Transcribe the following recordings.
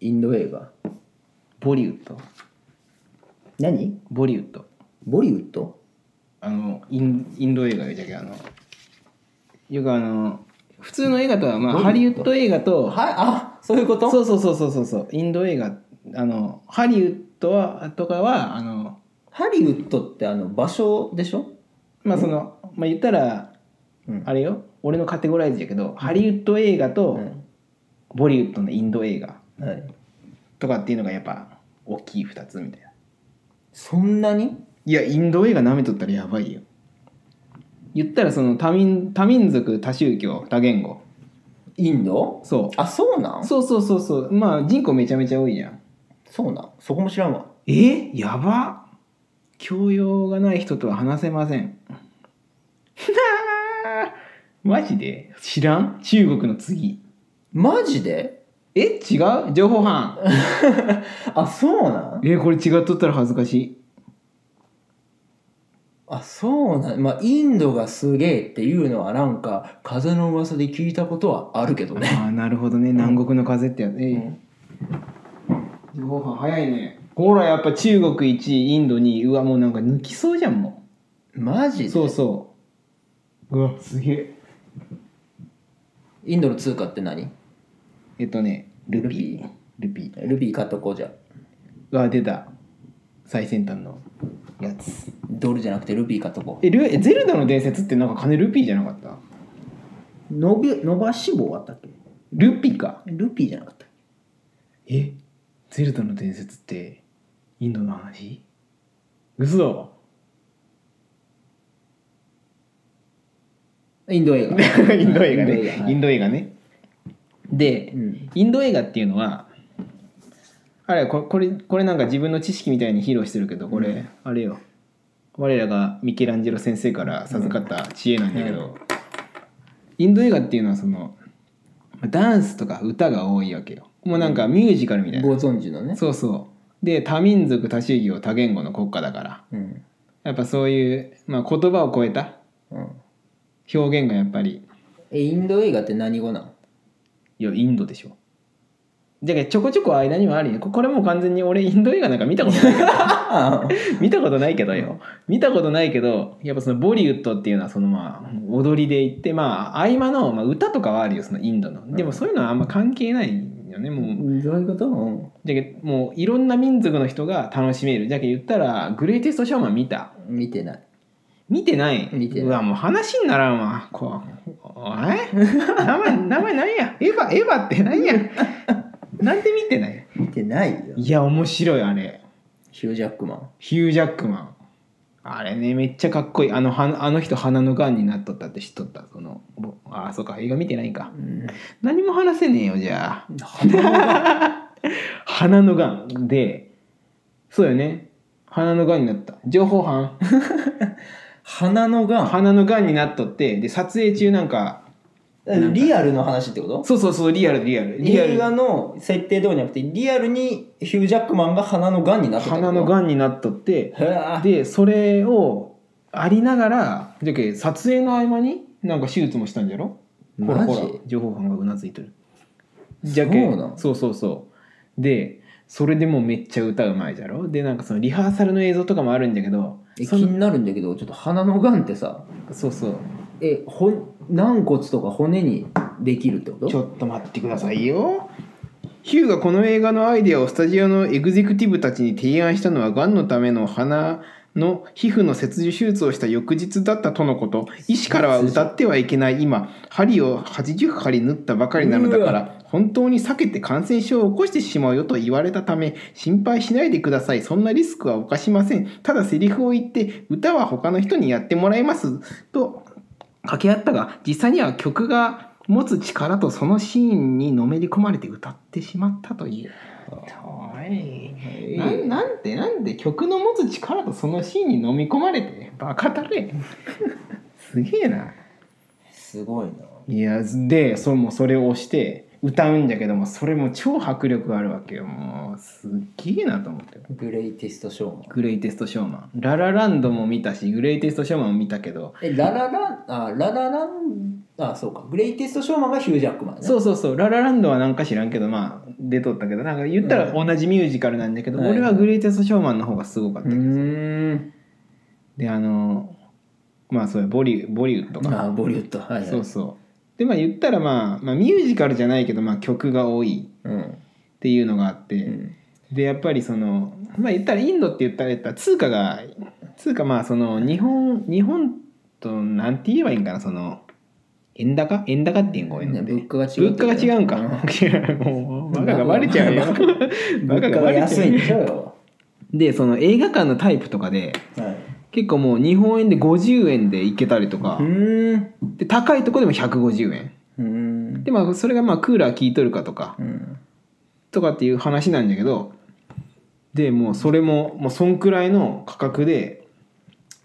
インド映画ボリウッド何ボリウッドボリウッドあのインインド映画じゃけあのよくあの普通の映画とは、まあ、ハリウッド映画とはいあそういうことそうそうそうそうそうそうインド映画あのハリウッドはとかはあのハリウッドってあの場所でしょまあその、まあ言ったら、うんあれよ俺のカテゴライズやけど、ハリウッド映画とボリウッドのインド映画はいとかっていうのがやっぱ大きい2つみたいなそんなにいやインド映画舐めとったらやばいよ言ったらその多民多民族多宗教多言語インドそあそうなんうそうそうそうそうまあ人口めちゃめちゃ多いじゃんそうなんそこも知らんわえやば教養がない人とは話せません マジで知らん中国の次マジでえ違う情報 班あそうなんえこれ違っとったら恥ずかし いあそうなんまあインドがすげえっていうのはなんか風の噂で聞いたことはあるけどねああなるほどね南国の風ってやつ、えうん情報班早いねほらやっぱ中国1位インド2位うわもうなんか抜きそうじゃんもマジうでそうそううわすげえインドの通貨って何えっとねルピールピールビー買っとこうじゃうわ出た最先端のやつドルじゃなくてルビー買っとこうえルえゼルダの伝説ってなんか金ルピーじゃなかった伸び伸ばし棒あったっけルピーかルピーじゃなかったえゼルダの伝説ってインドの話嘘 だわインド映画 インド映画ねイインンド映画ねでうんインド映画っていうのはあれこれこれこれなんか自分の知識みたいに披露してるけどこれ、うんあれよ我らがミケランジェロ先生から授かった知恵なんだけど、インド映画っていうのはそのまあダンスとか歌が多いわけよもうなんかミュージカルみたいな、ご存知のねそうそうで多民族多宗教多言語の国家だからうんやっぱそういう、まあ、言葉を超えたうん表現がやっぱりえインド映画って何語なんいやインドでしょじゃあちょこちょこ間にはあるよここれもう完全に俺インド映画なんか見たことな いからあ見たことないけどよ見たことないけどやっぱそのボリウッドっていうのはそのまあ踊りで行ってまあ合間の、まあ、歌とかはあるよそのインドのでもそういうのはあんま関係ないよねもうどういうことうんじゃけもういろんな民族の人が楽しめるじゃけ言ったらグレイテストショーマン見た見てない見てない見てないうわもう話にならんわこうおえ名前名前何やエヴァエヴァっ て何やなんで見てない見てないよいや面白いあれヒュージャックマンヒュージャックマンあれねめっちゃかっこいいあのはあの人鼻のがんになっとったって知っとったそのぼああそうか映画見てないんかうん何も話せねえよじゃあ鼻のがんでそうよね鼻のがんになった情報班鼻のが鼻のがんになっとってで撮影中なんかんリアルの話ってことそうそうそうリアルリアルリア映ル画の設定どうじゃなくてリアルにヒュージャックマンが鼻のがんになってた鼻のんがんになっとってへえでそれをありながらじゃけ撮影の合間になんか手術もしたんじゃろほらマほジら情報班がうなずいてるじゃけそうなんそうそうそうでそれでもうめっちゃ歌うまいじゃろでなんかそのリハーサルの映像とかもあるんだけどえ気そのになるんだけどちょっと鼻のがんってさそうそうえほ軟骨とか骨にできるってことちょっと待ってくださいよヒューがこの映画のアイデアをスタジオのエグゼクティブたちに提案したのはがんのための鼻の皮膚の切除手術をした翌日だったとのこと医師からは歌ってはいけない今針を80針縫ったばかりなのだかうら本当に避けて感染症を起こしてしまうよと言われたため心配しないでくださいそんなリスクは冒しませんただセリフを言って歌は他の人にやってもらいますと掛け合ったが実際には曲が持つ力とそのシーンにのめり込まれて歌ってしまったという。おいえななんてなんで曲の持つ力とそのシーンに飲み込まれてバカだれすげえなすごいないやでそれもそれを押して歌うんじゃけどもそれも超迫力があるわけよもうすっげえなと思ってグレイテストショーマングレイテストショーマンララランドも見たしグレイテストショーマンも見たけどえララランあララランあそうかグレイテストショーマンがヒュージャックマンねそうそうそうララランドは何か知らんけどまあ出とったけどなんか言ったらう同じミュージカルなんだけど、はい俺はグレイテストショーマンの方がすごかった、うんであのまあそうやボリュボリュッドまか、あボリュッドはいはいそうそうでまあ言ったら、まあ、まあミュージカルじゃないけど、まあ、曲が多いうんっていうのがあって、うんでやっぱりそのまあ言ったらインドって言ったら言ったら通貨が通貨まあその日本日本となんて言えばいいんかなその円高円高っていうんこういうのって物価が違う物価が違うんか、うん いやもうバカがバレちゃうよバカ 物価が安いんでしょよでその映画館のタイプとかではい結構もう日本円で50円で行けたりとかう、ーんで高いとこでも150円うんでまあそれがまあクーラー効いとるかとか、うんとかっていう話なんだけどでもうそれももうそんくらいの価格で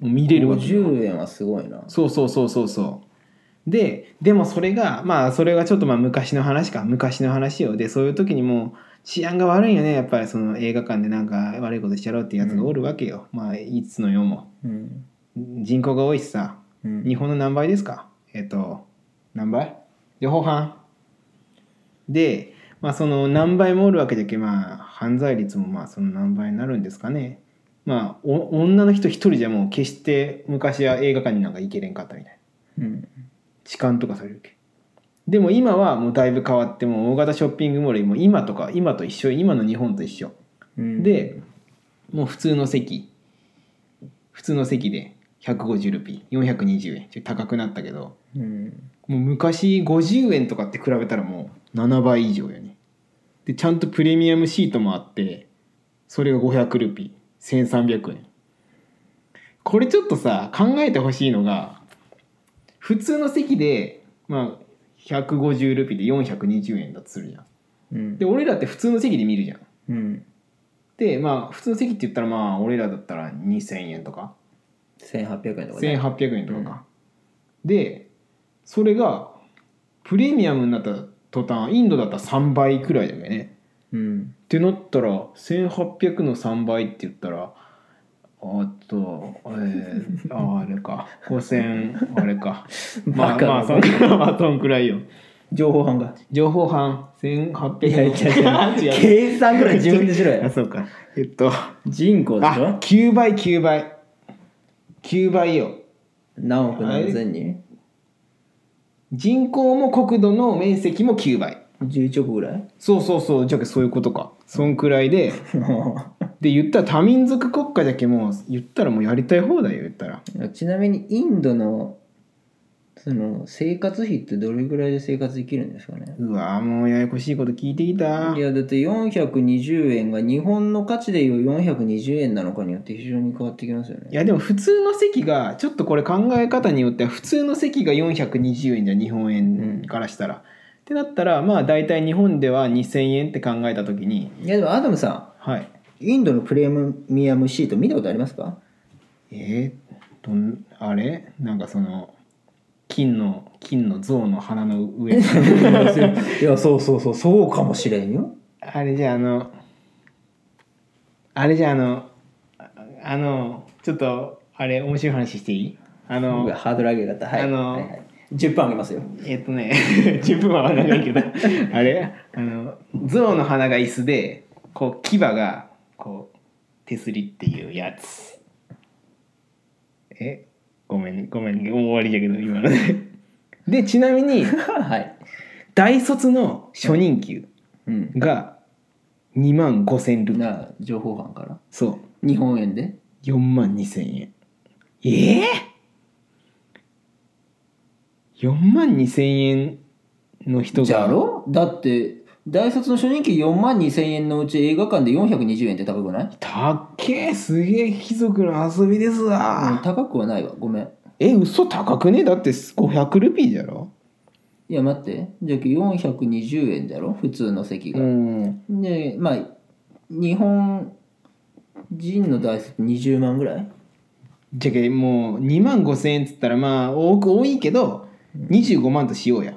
もう見れるわけ50円はすごいなそうそうそうそうそうででもそれがまあそれがちょっとまあ昔の話か昔の話よでそういう時にもう治安が悪いよねやっぱりその映画館でなんか悪いことしちゃろうっていうやつがおるわけよ、まあいつの世もうん人口が多いしさうん日本の何倍ですかえっ、と何倍両方半でまあその何倍もおるわけじゃけまあ犯罪率もまあその何倍になるんですかねまあお女の人一人じゃもう決して昔は映画館になんか行けれんかったみたいなうん痴漢とかされるけでも今はもうだいぶ変わってもう大型ショッピングモールにもう今とか今と一緒今の日本と一緒うんでもう普通の席普通の席で150ルピー420円ちょっと高くなったけどうんもう昔50円とかって比べたらもう7倍以上やねでちゃんとプレミアムシートもあってそれが500ルピー1300円これちょっとさ考えてほしいのが普通の席でまあ150ルピーで420円だとするじゃんうんで俺らって普通の席で見るじゃんうんでまあ普通の席って言ったらまあ俺らだったら2000円とか1800円とかね1800円とかか、でそれがプレミアムになった途端インドだったら3倍くらいだよねうんってなったら1800の3倍って言ったらあとえー、ああれか5000あれかまバあカまあそんくらいまあそんくらいよ情報班が情報班1800いやいやいや違う違う 計算ぐらい自分でしろあよそうかえっと人口でしあょ9倍9倍9倍よ何億何千人人口も国土の面積も9倍 ?11 億ぐらいそうそうそうじゃけそういうことかそんくらいでで言ったら多民族国家じゃけもう言ったらもうやりたい放題よ言ったら ちなみにインドのその生活費ってどれぐらいで生活できるんですかねうわもうややこしいこと聞いてきたいやだって420円が日本の価値でいう420円なのかによって非常に変わってきますよいね。やでも普通の席がちょっとこれ考え方によっては普通の席が420円じゃ日本円からしたら、ってなったらまあ大体日本では2000円って考えた時にいやでもアダムさはいん、インドのプレミアムシート見たことありますかえー、どんあれなんかその金の金の象の鼻の上に いやそうそうそうそうかもしれんよ。あれじゃああのあれじゃああのああのちょっとあれ面白い話していいあうのわハードル上げ方はい、あのはいはい、10分上げます よ。えっとね 10分は長いけどあれあの象の鼻が椅子でこう牙がこう手すりっていうやつえごめんごめんもう終わりじゃけど今のででちなみにはい。大卒の初任給うん。が2万5千ルピーなあ情報班からそう日本円で4万2千円ええ4万2千円の人がじゃろだって大卒の初任給4万2千円のうち映画館で420円って高くないたっけえすげえ貴族の遊びですうんわ、高くはないわごめん。え嘘高くねだって500ルピーじゃろいや待ってじゃあ420円だろ普通の席が、んでまあ日本人の台数20万ぐらいじゃけもう2万5千円っつったらまあ多く多いけど25万としようや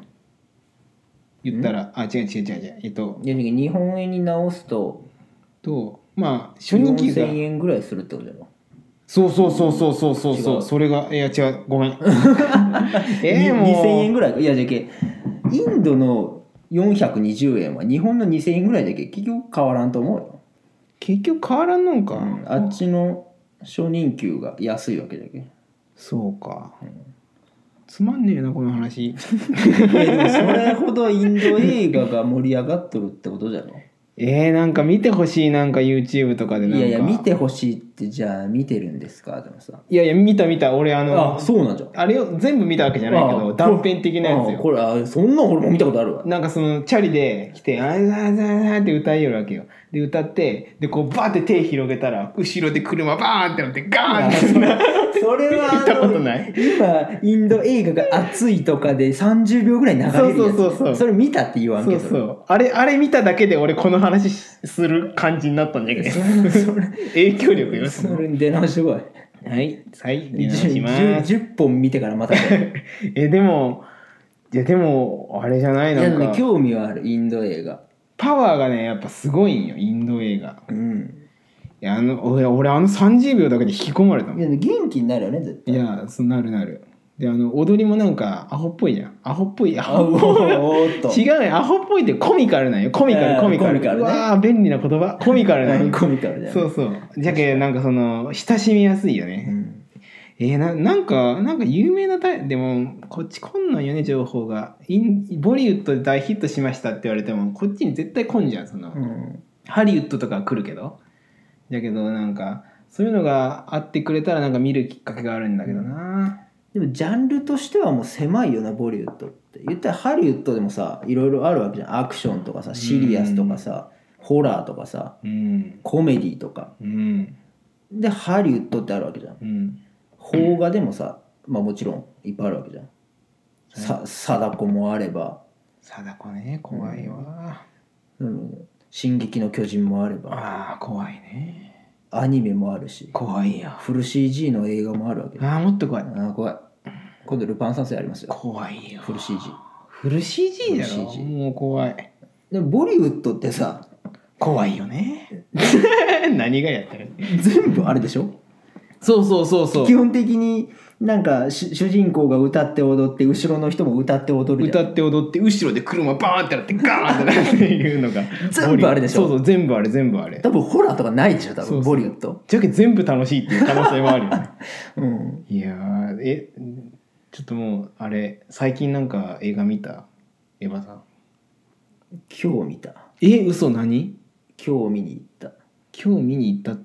言ったら、あ違う違う違う違うえっとで日本円に直すととまあ初任給が4000円ぐらいするってことだろそうそうそうそうそうそうそ違ううそれがいや違 うごめんにえー、もう2000円ぐらいいやじゃけインドの420円は日本の2000円ぐらいだけど結局変わらんと思うよ、結局変わらんのんか、うんあっちの初任給が安いわけだけどそうか、つまんねえなこの話 いやでもそれほどインド映画が盛り上がっとるってことじゃろえー、なんか見てほしいなんか YouTube とかでなんかいやいや見てほしいってじゃあ見てるんですかでもさいやいや見た見た俺あのああそうなんじゃれを全部見たわけじゃないけあどあ断片的なやつあよこれあそんなん俺も見たことあるわなんかそのチャリで来て「あーざーざーざー」って歌いよるわけよで歌ってでこうバーって手広げたら後ろで車バーンってなってガーンってそれは見たことあないの今インド映画が熱いとかで30秒ぐらい流れるやつそうそうそうそうそれ見たって言わんそけうどそうあれあれ見ただけで俺この話する感じになったんだけど それ影響力よそそのれに出直してこいはいはいい出や直します10 10本見てからまたねえでもいやでもあれじゃないいなやんでもかね興味はあるインド映画パワーがねやっぱすごいんよインド映画うんいやあの俺俺あの30秒だけで引き込まれたもんいや元気になるよね絶い対やそうなるなるであの踊りもなんかアホっぽいじゃんアホっぽいアあホおっぽいー っと違うよアホっぽいってコミカルなんよコミカえルーコミカコルミカルねうわあ便利な言葉コミカルなんよコミカルだよねそうそうじゃけなんかその親しみやすいよね、んえー、ななんかなんか有名なタイでもこっちこんなんよね情報がインボリウッドで大ヒットしましたって言われてもこっちに絶対来んじゃんその、うんハリウッドとかは来るけどだけどなんかそういうのがあってくれたらなんか見るきっかけがあるんだけどな、でもジャンルとしてはもう狭いよなボリウッドって言ったらハリウッドでもさいろいろあるわけじゃんアクションとかさシリアスとかさ、ホラーとかさうんコメディとかうんでハリウッドってあるわけじゃんうん邦画でもさ、まあもちろんいっぱいあるわけじゃん、さ貞子もあれば貞子ね怖いわ、 「うん、進撃の巨人」もあればああ怖いねアニメもあるし怖いよフル CG の映画もあるわけああもっと怖いあー怖い今度ルパン三世ありますよ怖いよフル CG フル CG だろフル CG もう怖いでもボリウッドってさ怖いよね 何がやったら全部あれでしょそうそうそうそ基う本的になんか主主人公が歌って踊って後ろの人も歌って踊るじ歌ゃんって踊って後ろで車バーンってなってガーンってなるっていうの が全部あれでしょそうそう全部あれ全部あれ多分ホラーとかないでしょ多そうそう分ボリウッドじゃけ全部楽しいっていう可能性もあるよ ねうんいやーえちょっともうあれ最近なんか映画見たエヴァさん今日見たえ嘘何今日見に行っ今日見に行った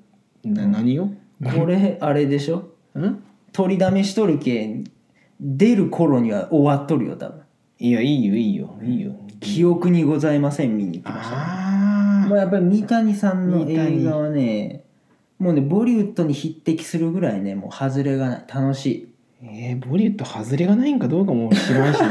な何をたこれあれでしょん取りだめしとるけん出る頃には終わっとるよ多分いやいいよいいよいいよ記憶にございません見に行きましたあまあやっぱり三谷さんの三谷映画はねもうねボリウッドに匹敵するぐらいねもう外れがない楽しいーえー、ボリウッド外れがないんかどうかも俺知らん しない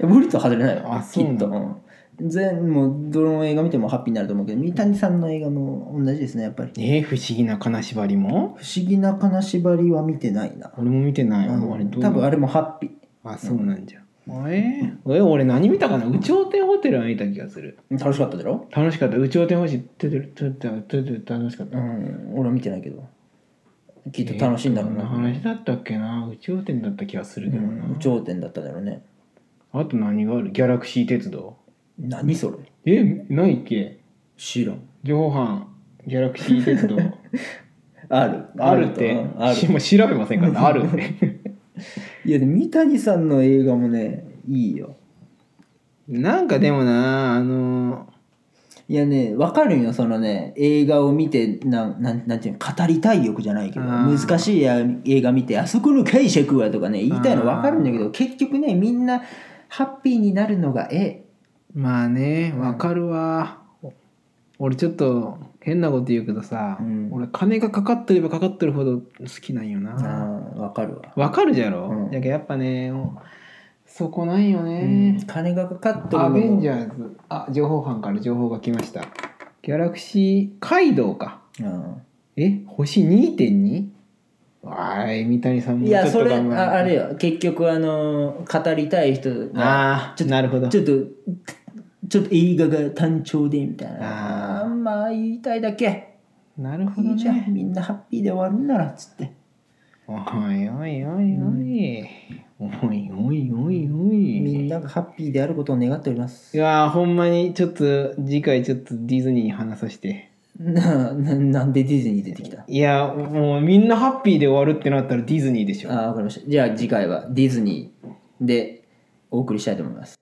やボリットは外れないよあきっそとうなうん全もうどの映画見てもハッピーになると思うけど三谷さんの映画も同じですねやっぱりえー、不思議な金縛りも不思議な金縛りは見てないな、俺も見てないうんあれどう多分あれもハッピあそうなんじゃ、えー、え俺何見たかな有頂天ホテルは見た気がするー楽しかっただろ楽しかった。宇宙天星トゥトゥルトゥトゥトゥトゥ楽しかっうた。ん俺は見てないけどきっと楽しいんだろうえーどんな話だったっけな。宇宙天だった気がするけどな。頂点だっただろうねあと何がある？ギャラクシー鉄道。何それえ、ないっけ？知らん情報班ギャラクシー 鉄道あるあるってとうんあ。るしもう調べませんから。ある って。いやでも三谷さんの映画もねいいよなんかでもなあのいやね分かるんよそのね映画を見てなんなんなんていうの語りたい欲じゃないけどあ難ーしいや映画見て「あそこの解釈は」とかね言いたいの分かるんだけど結局ねみんなハッピーになるのがえまあねわかるわ。俺ちょっと変なこと言うけどさ、うん俺金がかかってればかかってるほど好きなんよな。えあー分かるわ、わかるじゃろ、うんだけどやっぱねもうそこないようんね、金がかかっとるアのベンジもャーズあ情報班から情報が来ましたギャラクシー街道かうえ星 2.2? わーい三谷さんんもいちょやっそとれ頑張ああれよよ結局あのー語りたい人があちあょっとなるほどちょっとちょっと映画が単調でみたいなあーあんまあ言いたいだけなるほいどいじゃねんみんなハッピーで終わるんならっつって。おいおいおいおい、おいおいおいおいみんながハッピーであることを願っておりますいやーほんまにちょっと次回ちょっとディズニーに話させてなななんでディズニー出てきたいやーもうみんなハッピーで終わるってなったらディズニーでしあょーわかりましたじゃあ次回はディズニーでお送りしたいと思います